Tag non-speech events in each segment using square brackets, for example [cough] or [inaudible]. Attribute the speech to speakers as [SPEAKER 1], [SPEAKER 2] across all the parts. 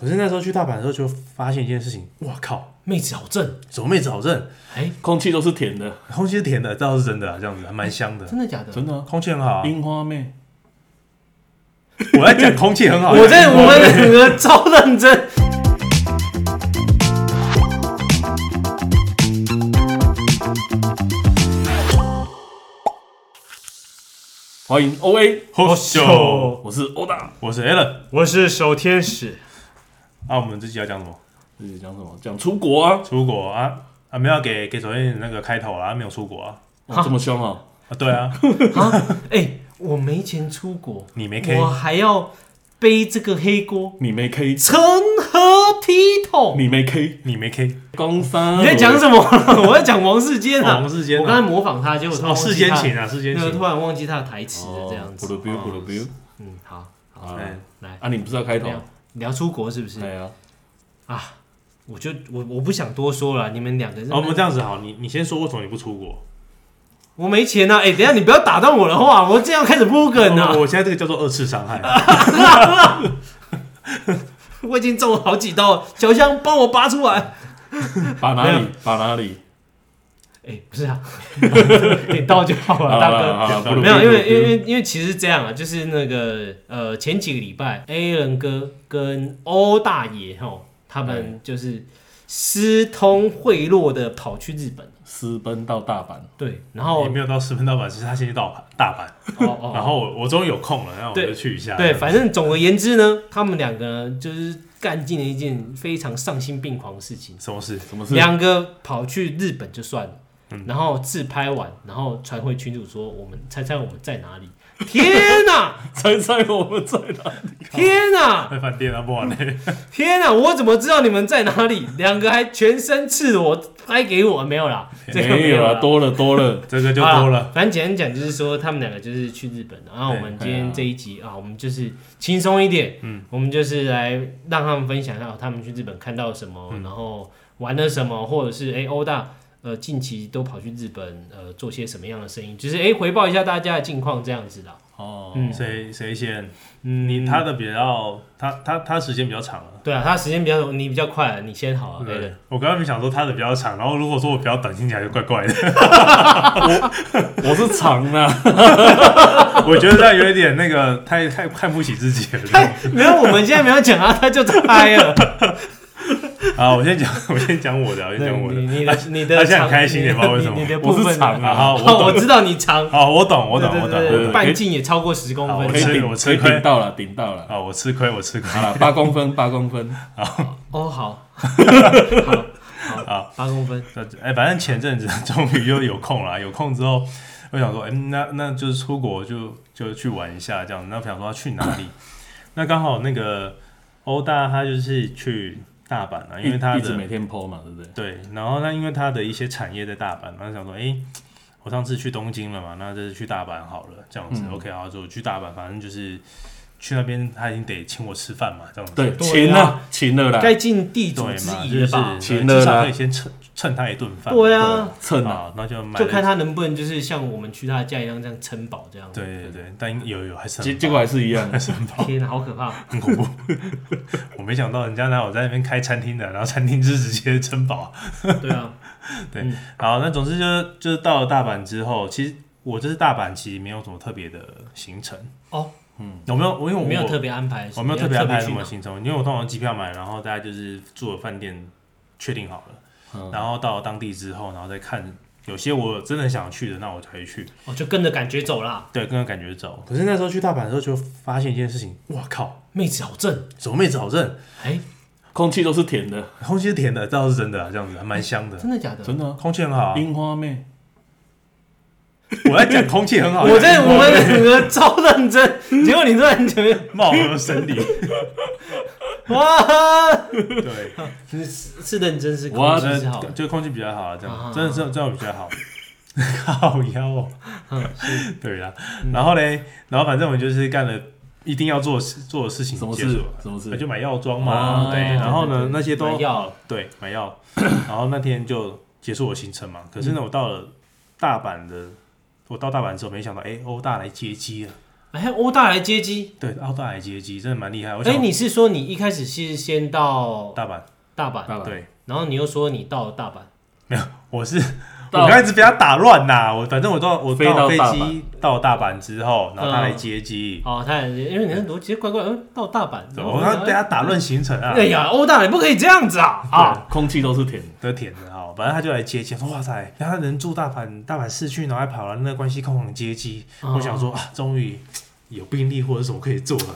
[SPEAKER 1] 可是那时候去大阪的时候，就发现一件事情，哇靠，
[SPEAKER 2] 妹子好正，
[SPEAKER 1] 什么妹子好正，
[SPEAKER 2] 哎，
[SPEAKER 3] 空气都是甜的，
[SPEAKER 1] 空气是甜的，这倒是真的啊，这样子还蛮香的，
[SPEAKER 2] 真的假的？
[SPEAKER 3] 真的啊。
[SPEAKER 1] 空气很好啊。
[SPEAKER 3] 樱花妹，
[SPEAKER 1] 我在讲空气很好，
[SPEAKER 2] 我在我们两个超认真。
[SPEAKER 3] 欢迎 O A，
[SPEAKER 1] 好秀，
[SPEAKER 3] 我是欧大。
[SPEAKER 1] 我是 Allen
[SPEAKER 2] 我是守 [laughs] 天使，
[SPEAKER 1] 啊，我们这集要讲什么？
[SPEAKER 3] 自己讲什么？讲出国啊？
[SPEAKER 1] 出国啊啊，没有给给首先那个开头啊，没有出国啊
[SPEAKER 3] 哇这么凶啊？
[SPEAKER 1] 啊，对
[SPEAKER 2] [laughs]
[SPEAKER 1] 啊，
[SPEAKER 2] 哎、我没钱出国，
[SPEAKER 1] 你没 K，
[SPEAKER 2] 我还要背这个黑锅，
[SPEAKER 3] 你没 K，
[SPEAKER 2] 成何体统？
[SPEAKER 3] 你没 K，
[SPEAKER 1] 你没 K，
[SPEAKER 3] 公三。
[SPEAKER 2] 你在讲什么？我在讲王世坚啊，
[SPEAKER 1] 王世坚啊
[SPEAKER 2] 我刚才模仿他，结果突然
[SPEAKER 1] 哦，
[SPEAKER 2] 忘
[SPEAKER 1] 世
[SPEAKER 2] 记
[SPEAKER 1] 间
[SPEAKER 2] 他，
[SPEAKER 1] 情啊，世间
[SPEAKER 2] 那个
[SPEAKER 1] 情
[SPEAKER 2] 突，然忘记他的台词了，
[SPEAKER 3] 哦？
[SPEAKER 2] 这样
[SPEAKER 3] 普
[SPEAKER 2] 子。
[SPEAKER 3] 鲁比普鲁比
[SPEAKER 2] 嗯，好，好，
[SPEAKER 3] 啊
[SPEAKER 1] 哎
[SPEAKER 2] 来，
[SPEAKER 3] 啊！你不是要开头
[SPEAKER 2] 聊？聊出国是不是？
[SPEAKER 3] 对啊，
[SPEAKER 2] 我就我我不想多说了，你们两个人，
[SPEAKER 1] 哦，我们这样子好，你你先说为什么你不出国？
[SPEAKER 2] 我没钱啊！哎、等一下你不要打断我的话，我这样开始铺梗啊
[SPEAKER 1] 哦！我现在这个叫做二次伤害，
[SPEAKER 2] 我已经中了好几刀了，小香帮我拔出来。
[SPEAKER 3] 把哪里？把哪里？
[SPEAKER 2] 哎、不是啊， [laughs] 给刀就好了，
[SPEAKER 3] 啊
[SPEAKER 2] 大
[SPEAKER 3] 啊
[SPEAKER 2] 哥。
[SPEAKER 3] 啊啊
[SPEAKER 1] 大哥
[SPEAKER 2] 没有，因为因为因
[SPEAKER 3] 为
[SPEAKER 2] 为因为其实这样啊，就是那个呃前几个礼拜，A 人哥跟欧大爷吼，他们就是私通贿赂的跑去日本，
[SPEAKER 3] 私奔到大阪，
[SPEAKER 2] 对，然后
[SPEAKER 1] 也没有到十分到板，其实他先去到大阪，
[SPEAKER 2] 哦哦，
[SPEAKER 1] 然
[SPEAKER 2] [laughs]
[SPEAKER 1] 后我我终于有空了，然后我
[SPEAKER 2] 对
[SPEAKER 1] 就去一下。
[SPEAKER 2] 对，反正总而言之呢，他们两个呢就是干尽了一件非常丧心病狂的事情，
[SPEAKER 1] 什么事？ [laughs]
[SPEAKER 3] 什么事？
[SPEAKER 2] 两个跑去日本就算了，
[SPEAKER 3] 嗯
[SPEAKER 2] 然后自拍完，然后传回群主说我们猜猜我们在哪里？ [laughs] 天哪、
[SPEAKER 3] 猜猜我们在哪？
[SPEAKER 2] 天哪、
[SPEAKER 1] 在饭店啊，不玩
[SPEAKER 2] 嗯
[SPEAKER 1] 嘞。
[SPEAKER 2] 天哪、我怎么知道你们在哪里？两个还全身赤裸拍给我，没有啦， [laughs] 这个
[SPEAKER 3] 没有
[SPEAKER 2] 啦
[SPEAKER 3] 啊，多了多了。
[SPEAKER 1] 这个就多
[SPEAKER 2] 好
[SPEAKER 1] 了。
[SPEAKER 2] 反正简单讲就是说，他们两个就是去日本，然后我们今天这一集啊，我们就是轻松一点，嗯，我们就是来让他们分享一下哦他们去日本看到什
[SPEAKER 1] 嗯
[SPEAKER 2] 么，然后玩了什么，或者是哎欧大呃近期都跑去日本呃做些什么样的生意，就是哎回报一下大家的近况这样子啦。
[SPEAKER 3] 哦，
[SPEAKER 2] 嗯
[SPEAKER 1] 谁谁先？
[SPEAKER 2] 嗯，
[SPEAKER 1] 你他的比较，他他他时间比较长了。
[SPEAKER 2] 对啊，他时间比较你比较快，你先好啊 a l
[SPEAKER 1] 对，我刚刚想说他的比较长，然后如果说我比较短，听起来就怪怪
[SPEAKER 2] [laughs]
[SPEAKER 1] 的。
[SPEAKER 3] 我是长啊，
[SPEAKER 1] 我觉得他有一点那个太太看不起自己了。
[SPEAKER 2] [laughs] 没有，我们现在没有讲啊，他就猜
[SPEAKER 1] [laughs]
[SPEAKER 2] 了。
[SPEAKER 1] 啊，我先讲， [laughs] 我先讲我的，我先
[SPEAKER 2] 对
[SPEAKER 1] 讲我的
[SPEAKER 2] 你。你的你的
[SPEAKER 1] 他现在
[SPEAKER 2] 长
[SPEAKER 1] 很开心
[SPEAKER 2] 你
[SPEAKER 1] 也不知道为什么
[SPEAKER 2] 你你的部
[SPEAKER 3] 我是
[SPEAKER 2] 分
[SPEAKER 3] 长
[SPEAKER 2] 呢
[SPEAKER 3] 啊，
[SPEAKER 1] 啊，好，
[SPEAKER 2] 哦
[SPEAKER 1] 我
[SPEAKER 2] 我
[SPEAKER 1] 懂。
[SPEAKER 2] 知道你长，
[SPEAKER 1] 好，我懂，我懂，
[SPEAKER 2] 对
[SPEAKER 1] 我
[SPEAKER 2] 对对
[SPEAKER 1] 懂。
[SPEAKER 2] 对半径也超过十公
[SPEAKER 1] 好我
[SPEAKER 3] 可
[SPEAKER 2] 分
[SPEAKER 3] 以
[SPEAKER 1] 吃
[SPEAKER 3] 顶
[SPEAKER 1] 我吃
[SPEAKER 3] 可以
[SPEAKER 1] 亏
[SPEAKER 3] 顶到了，顶到了。
[SPEAKER 1] 啊，我吃亏，我吃亏。
[SPEAKER 3] 好了，八公分，八公
[SPEAKER 2] [laughs]
[SPEAKER 3] 分。
[SPEAKER 1] [laughs]
[SPEAKER 2] 哦，好，好，好
[SPEAKER 1] 好，
[SPEAKER 2] 八公分，
[SPEAKER 1] 那哎、反正前阵子 [laughs] 终于又有空了，有空之后，我想说，哎、那那就是出国就就去玩一下这样。那想说要去哪里？ [coughs] 那刚好那个欧大他就是去大阪啊，因为他
[SPEAKER 3] 一直每
[SPEAKER 1] 的
[SPEAKER 3] 天 PO 嘛，对不对？
[SPEAKER 1] 对，然后那因为他的一些产业在大阪嘛，然后想说，哎、我上次去东京了嘛，那这次去大阪好了，这样子、OK
[SPEAKER 3] 嗯
[SPEAKER 1] 好，就去大阪，反正就是去那边他已经得请我吃饭嘛，这样子。
[SPEAKER 3] 对，
[SPEAKER 2] 对啊
[SPEAKER 3] 勤了，勤了啦，
[SPEAKER 2] 该尽
[SPEAKER 1] 对
[SPEAKER 2] 地主之
[SPEAKER 1] 嘛，
[SPEAKER 2] 谊
[SPEAKER 1] 就是
[SPEAKER 2] 了吧？
[SPEAKER 3] 请
[SPEAKER 1] 至
[SPEAKER 3] 了
[SPEAKER 1] 少
[SPEAKER 3] 啦
[SPEAKER 1] 可以先蹭蹭他一顿饭。
[SPEAKER 2] 对啊，
[SPEAKER 3] 蹭啊，
[SPEAKER 1] 啊，那就买
[SPEAKER 2] 就
[SPEAKER 1] 了
[SPEAKER 2] 看他能不能就是像我们去他的家一样这样撑饱这样。
[SPEAKER 1] 对对对，但应有有还是
[SPEAKER 3] 结
[SPEAKER 1] 很
[SPEAKER 3] 结果还是一样。
[SPEAKER 2] 天哪，好
[SPEAKER 1] [laughs]
[SPEAKER 2] 可怕！
[SPEAKER 1] 很恐怖。我没想到人家哪有在那边开餐厅的，然后餐厅是直接撑饱。
[SPEAKER 2] 对啊，
[SPEAKER 1] 好，那总之就是就是到了大阪之后，其实我这次大阪其实没有什么特别的行程
[SPEAKER 2] 哦，
[SPEAKER 1] 嗯，有没有？我因为
[SPEAKER 2] 我
[SPEAKER 1] 我
[SPEAKER 2] 没有特别安排，
[SPEAKER 1] 我没有特别安排什
[SPEAKER 2] 去
[SPEAKER 1] 么
[SPEAKER 2] 哪。
[SPEAKER 1] 行程，因为我通常机票买，然后大家就是住的饭店确定好了，
[SPEAKER 3] 嗯
[SPEAKER 1] 然后到了当地之后，然后再看。有些我真的想去的，那我才会去，
[SPEAKER 2] 哦，就跟着感觉走啦。
[SPEAKER 1] 对，跟着感觉走。可是那时候去大阪的时候，就发现一件事情，哇靠，
[SPEAKER 2] 妹子好正，
[SPEAKER 1] 什么妹子好正，
[SPEAKER 2] 哎，
[SPEAKER 3] 空气都是甜的，
[SPEAKER 1] 空气是甜的，这倒是真的、啊，这样子还蛮香的，
[SPEAKER 2] 真的假的？
[SPEAKER 3] 真的啊。
[SPEAKER 1] 空气很好、啊。
[SPEAKER 3] 樱花妹，
[SPEAKER 1] 我在讲空气很好，
[SPEAKER 2] 我在我们两个超认真，结果你突然前面
[SPEAKER 1] 貌合神
[SPEAKER 2] [laughs]
[SPEAKER 1] 离。
[SPEAKER 2] 哇，
[SPEAKER 1] 对，
[SPEAKER 2] 你是是认真是
[SPEAKER 3] 哇
[SPEAKER 2] 空气是好的，
[SPEAKER 1] 就空气比较好啊，这
[SPEAKER 2] 啊
[SPEAKER 1] 样真的真的真的比较好。 [laughs] 好妖哦，
[SPEAKER 2] 嗯
[SPEAKER 1] 对啦，然后嘞，然后反正我们就是干了一定要做的事做的事情，
[SPEAKER 3] 什么
[SPEAKER 1] 结
[SPEAKER 3] 事
[SPEAKER 1] 束了？哎
[SPEAKER 3] 什么事
[SPEAKER 1] 那？就买药妆
[SPEAKER 3] 哦
[SPEAKER 1] 嘛，对，
[SPEAKER 3] 对对
[SPEAKER 1] 然后
[SPEAKER 2] 啊对
[SPEAKER 1] 呢
[SPEAKER 2] 对
[SPEAKER 1] 那些都
[SPEAKER 2] 买药
[SPEAKER 1] 对买药， [coughs] 然后那天就结束我行程嘛。可
[SPEAKER 2] 嗯
[SPEAKER 1] 是呢，我到了大阪的，我到大阪之后，没想到哎，欧大来接机了。
[SPEAKER 2] 哎，欧大来接机。
[SPEAKER 1] 对，澳大来接机真的蛮厉害。我
[SPEAKER 2] 哎，
[SPEAKER 1] 想
[SPEAKER 2] 你是说你一开始是先到
[SPEAKER 1] 大阪，
[SPEAKER 2] 大阪，
[SPEAKER 3] 大阪
[SPEAKER 1] 对，
[SPEAKER 2] 然后你又说你到了大阪，
[SPEAKER 1] 我
[SPEAKER 2] [laughs]
[SPEAKER 1] 是我
[SPEAKER 3] 到
[SPEAKER 1] 刚才一直被他打乱呐。我反正我到我
[SPEAKER 3] 飞到
[SPEAKER 1] 到飞
[SPEAKER 3] 大
[SPEAKER 1] 机到大阪之后，然后他来接机，
[SPEAKER 2] 哦，他因为你的逻辑怪怪，嗯，到大阪，
[SPEAKER 1] 对我刚才被他打乱行程啊。
[SPEAKER 2] 哎呀，欧大你不可以这样
[SPEAKER 1] [laughs]
[SPEAKER 2] 子啊啊！
[SPEAKER 3] 啊，空气都是甜
[SPEAKER 1] 的
[SPEAKER 3] 的。
[SPEAKER 1] 甜的哈，反正他就来接机，说哇塞，然后他人住大阪大阪市区，然后还跑来那个关西空港接机，
[SPEAKER 2] 哦
[SPEAKER 1] 我想说啊，终于有病例或者什么可以做了，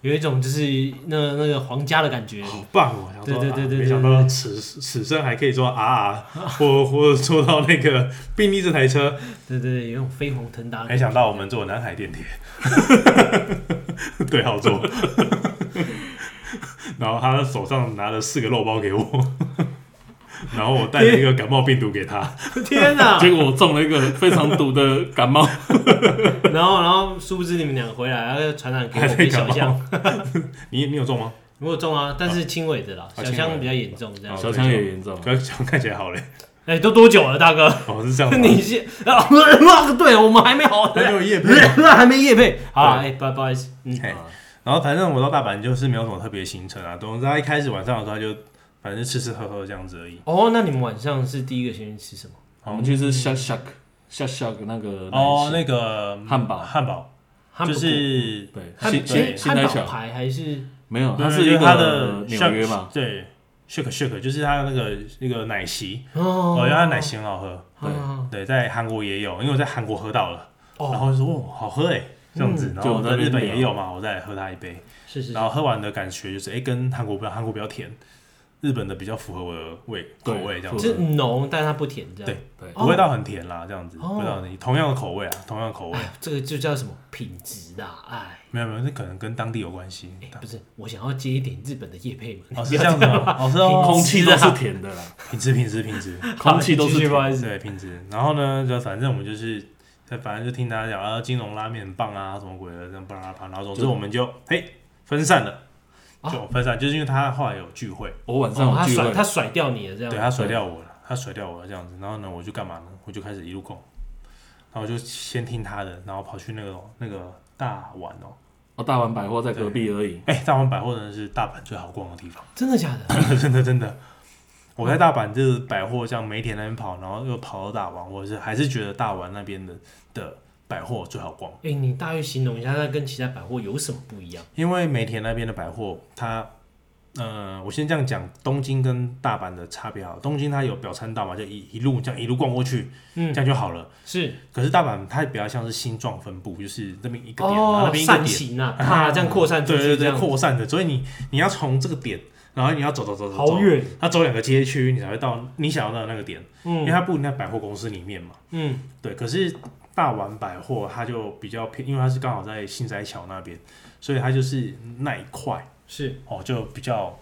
[SPEAKER 2] 有一种就是那那个皇家的感觉，
[SPEAKER 1] 好棒哦！想说
[SPEAKER 2] 对对
[SPEAKER 1] 啊
[SPEAKER 2] 对对
[SPEAKER 1] 没
[SPEAKER 2] 对
[SPEAKER 1] 想
[SPEAKER 2] 对
[SPEAKER 1] 到
[SPEAKER 2] 对
[SPEAKER 1] 此此生还可以坐到 R R 或或者坐到那个病例这台车，
[SPEAKER 2] 对对对，有一种飞黄腾达的
[SPEAKER 1] 没
[SPEAKER 2] 感觉。
[SPEAKER 1] 想到我们坐南海电铁，对号坐，然后他手上拿了四个肉包给我，然后我带了一个感冒病毒给他，
[SPEAKER 2] [laughs] 天哪！
[SPEAKER 3] 结果我中了一个非常毒的感冒，
[SPEAKER 2] 然后然后殊不知你们两个回来，然后传染给
[SPEAKER 1] 还
[SPEAKER 2] 我
[SPEAKER 1] 在
[SPEAKER 2] 跟小
[SPEAKER 1] 感
[SPEAKER 2] 象
[SPEAKER 1] 冒，你你有中吗？
[SPEAKER 2] 如果中啊，但是轻微的啦，小
[SPEAKER 1] 哦轻微
[SPEAKER 2] 象
[SPEAKER 1] 的
[SPEAKER 2] 比较严重这样
[SPEAKER 1] 哦。
[SPEAKER 3] 小强也严重。
[SPEAKER 1] 可想看起来好嘞，
[SPEAKER 2] 哎，都多久了，大哥？ [laughs]
[SPEAKER 1] 哦是这样
[SPEAKER 2] 你
[SPEAKER 1] [laughs] 吗？
[SPEAKER 2] 先 [laughs] 啊，对，我们还没好，
[SPEAKER 1] 还没有夜
[SPEAKER 2] [laughs]
[SPEAKER 1] 配。啊
[SPEAKER 2] 那还没夜配。好啦，
[SPEAKER 1] 对
[SPEAKER 2] 哎，不不好意思，嗯，
[SPEAKER 1] 嘿然后反正我到大阪就是没有什么特别行程啊，总之他一开始晚上的时候他就反正就吃吃喝喝这样子而已。
[SPEAKER 2] 哦，那你们晚上是第一个先去吃什么？
[SPEAKER 3] 我们去吃 shak shak shak shak 那个
[SPEAKER 1] 哦，
[SPEAKER 3] 奶昔
[SPEAKER 1] 那个
[SPEAKER 3] 汉堡
[SPEAKER 1] 汉堡
[SPEAKER 2] 汉
[SPEAKER 1] 就
[SPEAKER 2] 堡骨
[SPEAKER 1] 是
[SPEAKER 2] 汉
[SPEAKER 3] 对新
[SPEAKER 2] 哎
[SPEAKER 3] 新新
[SPEAKER 2] 汉
[SPEAKER 3] 台
[SPEAKER 2] 堡
[SPEAKER 3] 桥
[SPEAKER 2] 排还是
[SPEAKER 3] 没有，
[SPEAKER 1] 对
[SPEAKER 3] 它是一
[SPEAKER 1] 就它
[SPEAKER 3] 个
[SPEAKER 1] 的
[SPEAKER 3] 纽约嘛，，
[SPEAKER 1] 对，shake shake 就是它那个那个奶昔，
[SPEAKER 2] 哦
[SPEAKER 1] 哦，因为它奶昔很好喝，
[SPEAKER 2] 对
[SPEAKER 1] 对，在韩国也有，因为我在韩国喝到了，然
[SPEAKER 2] 哦，
[SPEAKER 1] 后就说哦好喝哎，这样子，然
[SPEAKER 3] 就
[SPEAKER 1] 后
[SPEAKER 3] 我
[SPEAKER 1] 在
[SPEAKER 3] 在那
[SPEAKER 1] 日
[SPEAKER 3] 边
[SPEAKER 1] 本
[SPEAKER 3] 聊
[SPEAKER 1] 也有嘛，我再来喝它一杯。
[SPEAKER 2] 是是是
[SPEAKER 1] 然后喝完的感觉就是，哎、跟韩国不一样，韩国比较甜，日本的比较符合我的味口
[SPEAKER 3] 对
[SPEAKER 1] 味这样
[SPEAKER 3] 符
[SPEAKER 1] 子，
[SPEAKER 2] 是浓，但是它不甜，这样。
[SPEAKER 1] 对
[SPEAKER 3] 对，
[SPEAKER 2] 哦
[SPEAKER 1] 不会到很甜啦，这样子，
[SPEAKER 2] 哦
[SPEAKER 1] 不会到很甜同样的口味啊，同样的口味，
[SPEAKER 2] 哎，这个就叫什么品质啊？哎，
[SPEAKER 1] 没有没有，那可能跟当地有关系。
[SPEAKER 2] 哎不是，我想要接一点日本的叶配嘛。
[SPEAKER 1] 哦，是这样子吗？哦，是哦，
[SPEAKER 3] 空气都是甜的啦，
[SPEAKER 1] 品质品质品质，
[SPEAKER 2] [laughs]
[SPEAKER 3] 空气都是
[SPEAKER 2] 继续
[SPEAKER 3] 甜
[SPEAKER 2] 不好
[SPEAKER 3] 的。
[SPEAKER 2] 意思
[SPEAKER 1] 对品质。然后呢，就反正我们就是，反正就听大家讲啊，金龙拉面很棒啊，什么鬼的，这样巴拉巴拉。然后总之我们就嘿分散了，
[SPEAKER 2] 啊
[SPEAKER 1] 就分散，就是因为他后来有聚会，
[SPEAKER 3] 我晚上
[SPEAKER 2] 哦，他
[SPEAKER 3] 有聚
[SPEAKER 2] 甩
[SPEAKER 3] 会，
[SPEAKER 2] 他甩掉你了，这样。
[SPEAKER 1] 对他甩掉我了，他甩掉我了这样子，然后呢，我就干嘛呢？我就开始一路逛，然后我就先听他的，然后跑去那个那个大碗哦，
[SPEAKER 3] 哦，大碗百货在隔壁而已。
[SPEAKER 1] 哎、大碗百货真的是大阪最好逛的地方，
[SPEAKER 2] 真的假
[SPEAKER 1] 真的 [laughs]
[SPEAKER 2] 的？
[SPEAKER 1] 真的真的。我在大阪就是百货这样梅田那边跑，然后又跑到大丸，我是还是觉得大丸那边的的百货最好逛，
[SPEAKER 2] 哎，你大约形容一下，它跟其他百货有什么不一样？
[SPEAKER 1] 因为梅田那边的百货它。呃，我先这样讲，东京跟大阪的差别好。东京它有表参道嘛，就一一路这样一路逛过去，
[SPEAKER 2] 嗯
[SPEAKER 1] 这，样就好了。
[SPEAKER 2] 是
[SPEAKER 1] 可是大阪它比较像是星状分布，就是这边一个点，然后那
[SPEAKER 2] 哦，
[SPEAKER 1] 边一个
[SPEAKER 2] 扇
[SPEAKER 1] 点，
[SPEAKER 2] 形啊，啪，这样扩散出
[SPEAKER 1] 对对
[SPEAKER 2] 去，这
[SPEAKER 1] 对，
[SPEAKER 2] 样
[SPEAKER 1] 扩散的。所以你你要从这个点，然后你要走走走走，
[SPEAKER 2] 好，远。
[SPEAKER 1] 它走两个街区，你才会到你想要到的那个点，因为
[SPEAKER 2] 嗯
[SPEAKER 1] 它不一定在百货公司里面嘛。
[SPEAKER 2] 嗯，
[SPEAKER 1] 对，可是大丸百货它就比较偏，因为它是刚好在新斋桥那边，所以它就是那一块
[SPEAKER 2] 是
[SPEAKER 1] 哦，就比较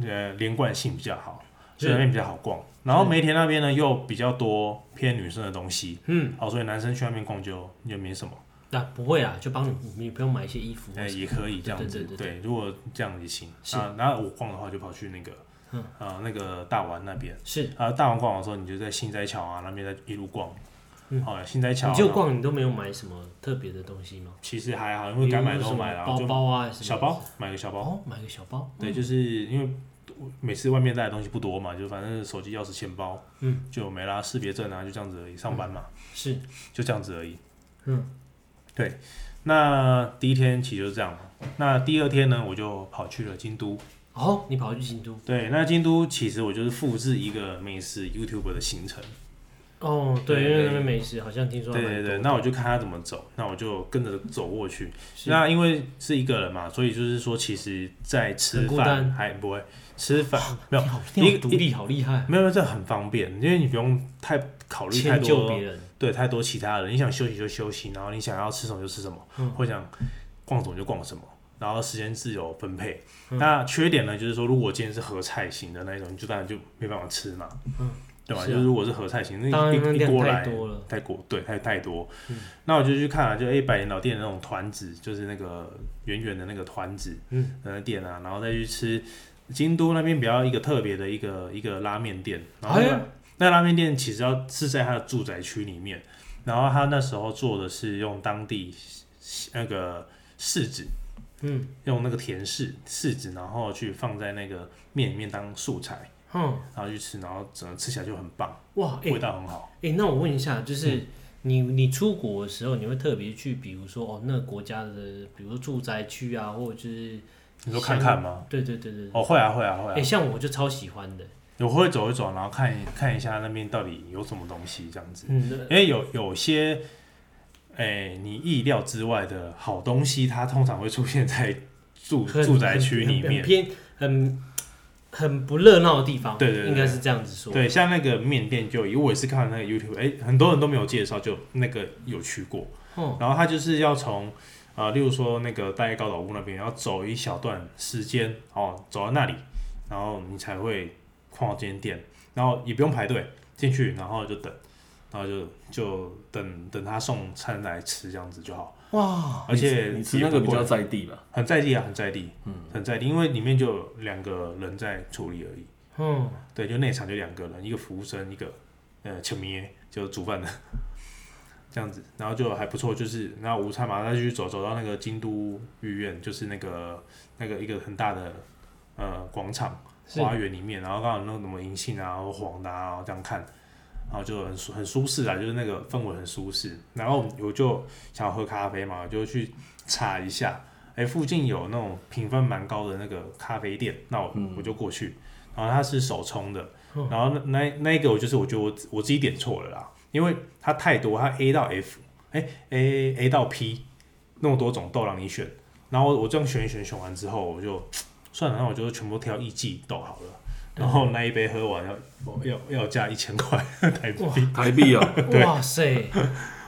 [SPEAKER 1] 呃连贯性比较好，
[SPEAKER 2] 是
[SPEAKER 1] 所以那边比较好逛。然后梅田那边呢又比较多偏女生的东西，哦
[SPEAKER 2] 嗯，
[SPEAKER 1] 好，所以男生去那边逛就也没什么。
[SPEAKER 2] 那不会啊，就帮你，你不用买一些衣服。
[SPEAKER 1] 哎、也可以这样子，
[SPEAKER 2] 哦对对对
[SPEAKER 1] 如果这样也行。
[SPEAKER 2] 是
[SPEAKER 1] 啊，然后我逛的话就跑去那个，嗯、呃，那个大丸那边。
[SPEAKER 2] 是，
[SPEAKER 1] 啊，大丸逛完的时候，你就在新斋桥啊那边再一路逛。
[SPEAKER 2] 嗯
[SPEAKER 1] 好、新斋桥啊
[SPEAKER 2] 你就逛，你都没有买什么特别的东西吗？
[SPEAKER 1] 其实还好，因为该买都买了，
[SPEAKER 2] 比如
[SPEAKER 1] 就
[SPEAKER 2] 说什么包包啊，什么
[SPEAKER 1] 小包买个小包。
[SPEAKER 2] 哦，买个小包，
[SPEAKER 1] 对，就是因为每次外面带的东西不多嘛，就反正手机、钥匙、钱包，
[SPEAKER 2] 嗯，
[SPEAKER 1] 就没啦，识别证啊，就这样子而已，上班嘛，
[SPEAKER 2] 是
[SPEAKER 1] 就这样子而已。
[SPEAKER 2] 嗯，
[SPEAKER 1] 对。那第一天其实就是这样嘛。那第二天呢，我就跑去了京都。
[SPEAKER 2] 哦，你跑去京都
[SPEAKER 1] 对，那京都其实我就是复制一个美食 YouTube 的行程，
[SPEAKER 2] 哦，对，
[SPEAKER 1] 对
[SPEAKER 2] 因为那
[SPEAKER 1] 对
[SPEAKER 2] 边美食好像听说
[SPEAKER 1] 对
[SPEAKER 2] 还
[SPEAKER 1] 对
[SPEAKER 2] 蛮
[SPEAKER 1] 对，
[SPEAKER 2] 多
[SPEAKER 1] 那我就看他怎么走，那我就跟着走过去。
[SPEAKER 2] 是
[SPEAKER 1] 那因为是一个人嘛，所以就是说，其实在吃
[SPEAKER 2] 很孤
[SPEAKER 1] 饭
[SPEAKER 2] 单
[SPEAKER 1] 还不会吃饭，没有
[SPEAKER 2] 你好
[SPEAKER 1] 一
[SPEAKER 2] 你
[SPEAKER 1] 个
[SPEAKER 2] 好独立，好厉害，
[SPEAKER 1] 没有，这很方便，因为你不用太考虑太
[SPEAKER 2] 迁就
[SPEAKER 1] 多
[SPEAKER 2] 别，人，
[SPEAKER 1] 对，太多其他人，你想休息就休息，然后你想要吃什么就吃什么，
[SPEAKER 2] 嗯
[SPEAKER 1] 或想逛什么就逛什么。然后时间自由分配，
[SPEAKER 2] 嗯
[SPEAKER 1] 那缺点呢，就是说，如果今天是合菜型的那一种，你就当然就没办法吃嘛，
[SPEAKER 2] 嗯
[SPEAKER 1] 对吧？
[SPEAKER 2] 是啊
[SPEAKER 1] 就是如果是合菜型，那
[SPEAKER 2] 当
[SPEAKER 1] 一
[SPEAKER 2] 然
[SPEAKER 1] 一一
[SPEAKER 2] 量
[SPEAKER 1] 锅
[SPEAKER 2] 太
[SPEAKER 1] 来
[SPEAKER 2] 多了，
[SPEAKER 1] 太过对太太多。
[SPEAKER 2] 嗯
[SPEAKER 1] 那我就去看了、就哎、百年老店的那种团子，就是那个圆圆的那个团子，
[SPEAKER 2] 嗯，
[SPEAKER 1] 那个店啊，然后再去吃京都那边比较一个特别的一个一个拉面店，然后那
[SPEAKER 2] 哎
[SPEAKER 1] 个、
[SPEAKER 2] 呀
[SPEAKER 1] 那拉面店其实要是在它的住宅区里面，然后他那时候做的是用当地那个柿子，嗯，用那个甜柿柿子，然后去放在那个面里面当素材，
[SPEAKER 2] 嗯，
[SPEAKER 1] 然后去吃，然后整个吃起来就很棒，
[SPEAKER 2] 哇，哎、
[SPEAKER 1] 味道很好。
[SPEAKER 2] 哎、那我问一下，
[SPEAKER 1] 嗯
[SPEAKER 2] 就是你你出国的时候，你会特别去，比如说哦，那个国家的，比如说住宅区啊，或者就是
[SPEAKER 1] 你说看看吗？
[SPEAKER 2] 对对对对，
[SPEAKER 1] 哦，会啊，会啊，会啊，
[SPEAKER 2] 哎、像我就超喜欢的，
[SPEAKER 1] 我会走一走，然后看一看一下那边到底有什么东西这样子。
[SPEAKER 2] 嗯，
[SPEAKER 1] 因为有有些，哎、你意料之外的好东西，它通常会出现在住
[SPEAKER 2] 很
[SPEAKER 1] 住宅区里
[SPEAKER 2] 很很
[SPEAKER 1] 面。
[SPEAKER 2] 偏很很不热闹的地方，
[SPEAKER 1] 对对对
[SPEAKER 2] 应该是这样子说，
[SPEAKER 1] 对，像那个面店就有，我也是看那个 YouTube，哎、很多人都没有介绍，就那个有去过。
[SPEAKER 2] 哦，
[SPEAKER 1] 然后他就是要从呃，例如说那个大叶高岛屋那边，要走一小段时间哦，走到那里，然后你才会逛到这间店，然后也不用排队进去，然后就等，然后就就等等他送餐来吃这样子就好。
[SPEAKER 2] 哇，
[SPEAKER 1] 而且
[SPEAKER 3] 你吃那个比
[SPEAKER 1] 也不
[SPEAKER 3] 较嗯
[SPEAKER 1] 贵
[SPEAKER 3] 在
[SPEAKER 1] [laughs]
[SPEAKER 3] 地吧，
[SPEAKER 1] 很在地啊，很在地，很在地，因为里面就有两个人在处理而已。
[SPEAKER 2] 嗯，
[SPEAKER 1] 对，就内场就两个人，一个服务生，一个呃球迷，就煮饭的这样子，然后就还不错，就是然后午餐马上就去走走到那个京都御苑，就是那个那个一个很大的呃广场
[SPEAKER 2] 是
[SPEAKER 1] 花园里面，然后刚好那个什么银杏啊、黄的啊，然后这样看。然后就很舒很舒适啊，就是那个氛围很舒适。然后我就想要喝咖啡嘛，我就去查一下，哎，附近有那种评分蛮高的那个咖啡店，那我、我就过去。然后它是手冲的，
[SPEAKER 2] 哦
[SPEAKER 1] 然后那那那一个我就是我觉得我自我自己点错了啦，因为它太多，它 A 到 F，哎 A A 到 P，那么多种都让你选。然后我这样选一选，选完之后我就算了，那我就全部挑一季豆好了。然后那一杯喝完要要要加一千
[SPEAKER 2] [laughs]
[SPEAKER 1] 块台币，
[SPEAKER 3] 台币啊，
[SPEAKER 1] [laughs] 对
[SPEAKER 2] 哇塞，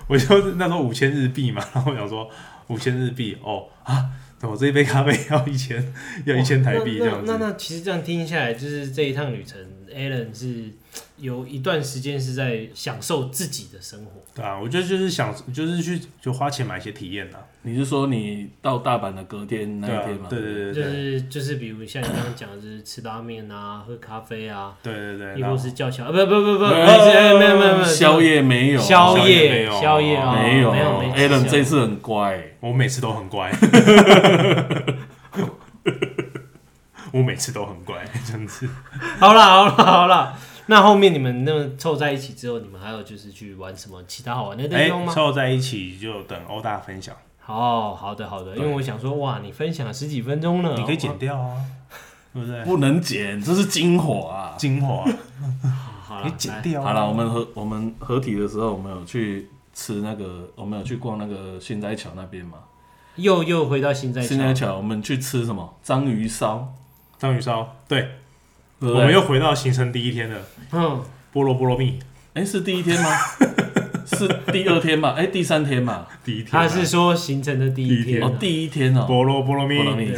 [SPEAKER 1] 我就是那时候五千日币嘛，然后我想说五千日币哦啊，怎么这一杯咖啡要一千 [laughs] 要一千台币这
[SPEAKER 2] 那
[SPEAKER 1] 样子？
[SPEAKER 2] 哦那那那其实这样听下来，就是这一趟旅程，Alan 是有一段时间是在享受自己的生活。
[SPEAKER 1] 对啊，我觉得就是想，就是去就花钱买一些体验啊呐、
[SPEAKER 3] 你是说你到大阪的隔天那
[SPEAKER 1] 对
[SPEAKER 3] 一
[SPEAKER 1] 啊
[SPEAKER 3] 天吗？，
[SPEAKER 1] 对对对
[SPEAKER 2] 就
[SPEAKER 1] 对
[SPEAKER 2] 是就是，比如像你刚刚讲的，就是吃拉面啊，喝咖啡啊，
[SPEAKER 1] 对对对，
[SPEAKER 2] 亦
[SPEAKER 1] 然
[SPEAKER 2] 或
[SPEAKER 1] 后
[SPEAKER 2] 是叫小啊，不不不不，
[SPEAKER 3] 呃
[SPEAKER 2] 哎哎没有没有没有
[SPEAKER 3] 宵夜没有，
[SPEAKER 2] 宵
[SPEAKER 1] 夜没
[SPEAKER 2] 夜
[SPEAKER 1] 有
[SPEAKER 2] 宵夜啊，
[SPEAKER 3] 没有
[SPEAKER 2] 没有没有
[SPEAKER 3] ，Alan 这次很乖，
[SPEAKER 1] 我每次都很乖， [laughs] 我每次都很乖，真是。
[SPEAKER 2] [laughs] 好啦好啦好啦，那后面你们那么凑在一起之后，你们还有就是去玩什么其他好玩的地
[SPEAKER 1] 哎、
[SPEAKER 2] 方吗？
[SPEAKER 1] 凑在一起就等欧大分享，
[SPEAKER 2] 哦，好的好的，因为我想说，哇，你分享了十几分钟了，
[SPEAKER 1] 你可以剪掉
[SPEAKER 2] 哦
[SPEAKER 1] 啊，对不对？
[SPEAKER 3] 不能剪，这是精华、啊
[SPEAKER 1] 精华，啊
[SPEAKER 2] 哇。好
[SPEAKER 1] 你
[SPEAKER 2] 了，
[SPEAKER 1] 剪
[SPEAKER 2] 来
[SPEAKER 1] 掉、啊。
[SPEAKER 3] 好了，我们合我们合体的时候，我们有去吃那个，我们有去逛那个新斋桥那边嘛？
[SPEAKER 2] 又又回到现在
[SPEAKER 3] 新斋桥，我们去吃什么？章鱼烧，
[SPEAKER 1] 章鱼烧，对，
[SPEAKER 3] 对不
[SPEAKER 1] 我
[SPEAKER 3] 对
[SPEAKER 1] 们又回到行程第一天了，
[SPEAKER 2] 嗯，
[SPEAKER 1] 菠萝菠萝蜜
[SPEAKER 3] 哎、是第一天吗？是第二天嘛？哎、第三天嘛？
[SPEAKER 1] 第一天啊、
[SPEAKER 2] 他是说行程的第一天啊、
[SPEAKER 3] 哦，第一天哦，
[SPEAKER 1] 菠萝菠萝蜜
[SPEAKER 3] 菠萝蜜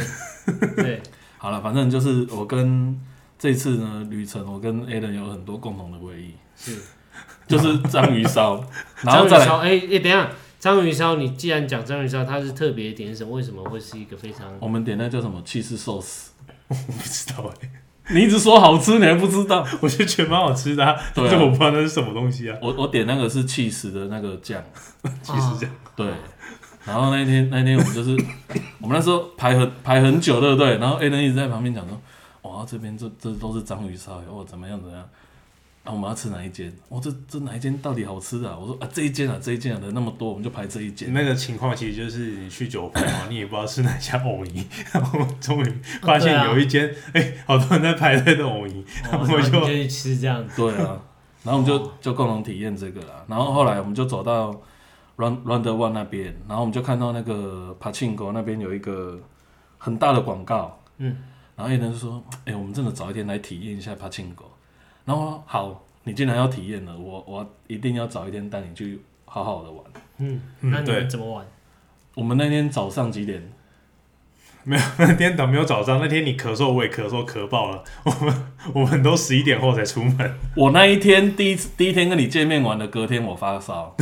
[SPEAKER 2] 对，
[SPEAKER 3] 好了，反正就是我跟这次呢旅程，我跟 Alan 有很多共同的回忆，
[SPEAKER 2] 是
[SPEAKER 3] 就是章鱼
[SPEAKER 2] [laughs]
[SPEAKER 3] 烧，然
[SPEAKER 2] 章
[SPEAKER 3] 后
[SPEAKER 2] 鱼
[SPEAKER 3] 再来
[SPEAKER 2] 烧。哎哎，等一下，章鱼烧，你既然讲章鱼烧，它是特别点是什么？为什么会是一个非常
[SPEAKER 1] 哦
[SPEAKER 3] 我们点那叫什么气势寿司，
[SPEAKER 1] 我 [laughs] 不知道哎、
[SPEAKER 3] 你一直说好吃，你还不知道？
[SPEAKER 1] 我就觉得蛮好吃的、啊，
[SPEAKER 3] 对啊
[SPEAKER 1] 但是我不知道那是什么东西啊。
[SPEAKER 3] 我我点那个是气势的那个酱，
[SPEAKER 1] 其
[SPEAKER 2] 啊
[SPEAKER 1] 实这样，
[SPEAKER 3] 对。然后那天那天我们就是 [laughs] 我们那时候排很排很久，对不对？然后 Alan 一直在旁边讲说，哇，这边这这都是章鱼烧，哦，怎么样怎么样？啊，我们要吃哪一间？我、这这哪一间到底好吃啊？我说啊，这一间啊，这一间啊，人那么多，我们就排这一间。
[SPEAKER 1] 那个情况其实就是你去酒
[SPEAKER 3] [coughs]
[SPEAKER 1] 吧嘛，你也不知道吃哪家藕泥， [laughs] 然后终于发现
[SPEAKER 2] 对啊
[SPEAKER 1] 有一间，哎、好多人在排队的藕泥，然
[SPEAKER 2] 哦
[SPEAKER 1] [laughs] 后我
[SPEAKER 2] 然后你
[SPEAKER 1] 就
[SPEAKER 2] 就是吃这样子，
[SPEAKER 3] 对啊，然后我们就就共同体验这个啦。然后后来我们就走到 Round Round One 那边，然后我们就看到那个 Pachinko 那边有一个很大的广告，
[SPEAKER 2] 嗯，
[SPEAKER 3] 然后一人就说：“哎、我们真的早一天来体验一下 Pachinko。”然后我说好，你既然要体验了，我我一定要早一天带你去好好的玩。
[SPEAKER 2] 嗯，
[SPEAKER 1] 嗯
[SPEAKER 2] 那你
[SPEAKER 1] 对
[SPEAKER 2] 们怎么玩？
[SPEAKER 3] 我们那天早上几点？
[SPEAKER 1] 没有那天倒没有早上，那天你咳嗽我也咳嗽咳爆了， [laughs] 我们我们都十一点后才出门，
[SPEAKER 3] 我那一天第一次第一天跟你见面完的，隔天我发烧，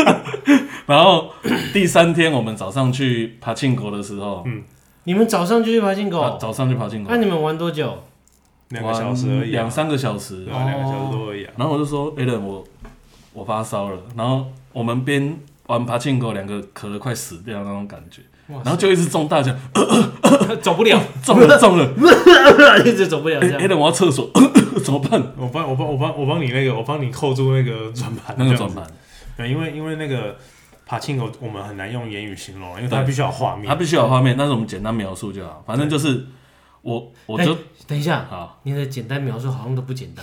[SPEAKER 3] [laughs] 然后第三天我们早上去爬庆国的时候，
[SPEAKER 1] 嗯
[SPEAKER 2] 你们早上就去爬进
[SPEAKER 3] 啊
[SPEAKER 2] 狗，
[SPEAKER 3] 早上去爬庆
[SPEAKER 2] 那、
[SPEAKER 3] 国，
[SPEAKER 2] 你们玩多
[SPEAKER 1] [laughs]
[SPEAKER 2] 久？
[SPEAKER 1] 两个小时而已、啊，哦
[SPEAKER 3] 两三个小时
[SPEAKER 1] 对。啊，两个小时多而已啊。
[SPEAKER 3] 然后我就说 a l a n 我我发烧了。然后我们边玩爬庆狗，两个渴得快死掉那种感觉，
[SPEAKER 2] 哇
[SPEAKER 3] 然后就一直中大奖，
[SPEAKER 2] 走不了，
[SPEAKER 3] 中了中了，
[SPEAKER 2] [laughs] 一直走不了
[SPEAKER 3] 哎
[SPEAKER 2] 这
[SPEAKER 3] 哎，
[SPEAKER 2] 样。
[SPEAKER 3] 等我要厕所， [coughs] 怎么办？
[SPEAKER 1] 我帮我帮我帮我帮你那个，我帮你扣住那个转盘，
[SPEAKER 3] 那个
[SPEAKER 1] 这样
[SPEAKER 3] 转
[SPEAKER 1] 子
[SPEAKER 3] 盘，
[SPEAKER 1] 对，因为因为那个爬庆狗，我们很难用言语形容，因为它
[SPEAKER 3] 对
[SPEAKER 1] 必须要有画面
[SPEAKER 3] 它。必须要有画面，但是我们简单描述就好，反正就是我我就
[SPEAKER 2] 哎等一下，
[SPEAKER 3] 好
[SPEAKER 2] 你的简单描述好像都不简单，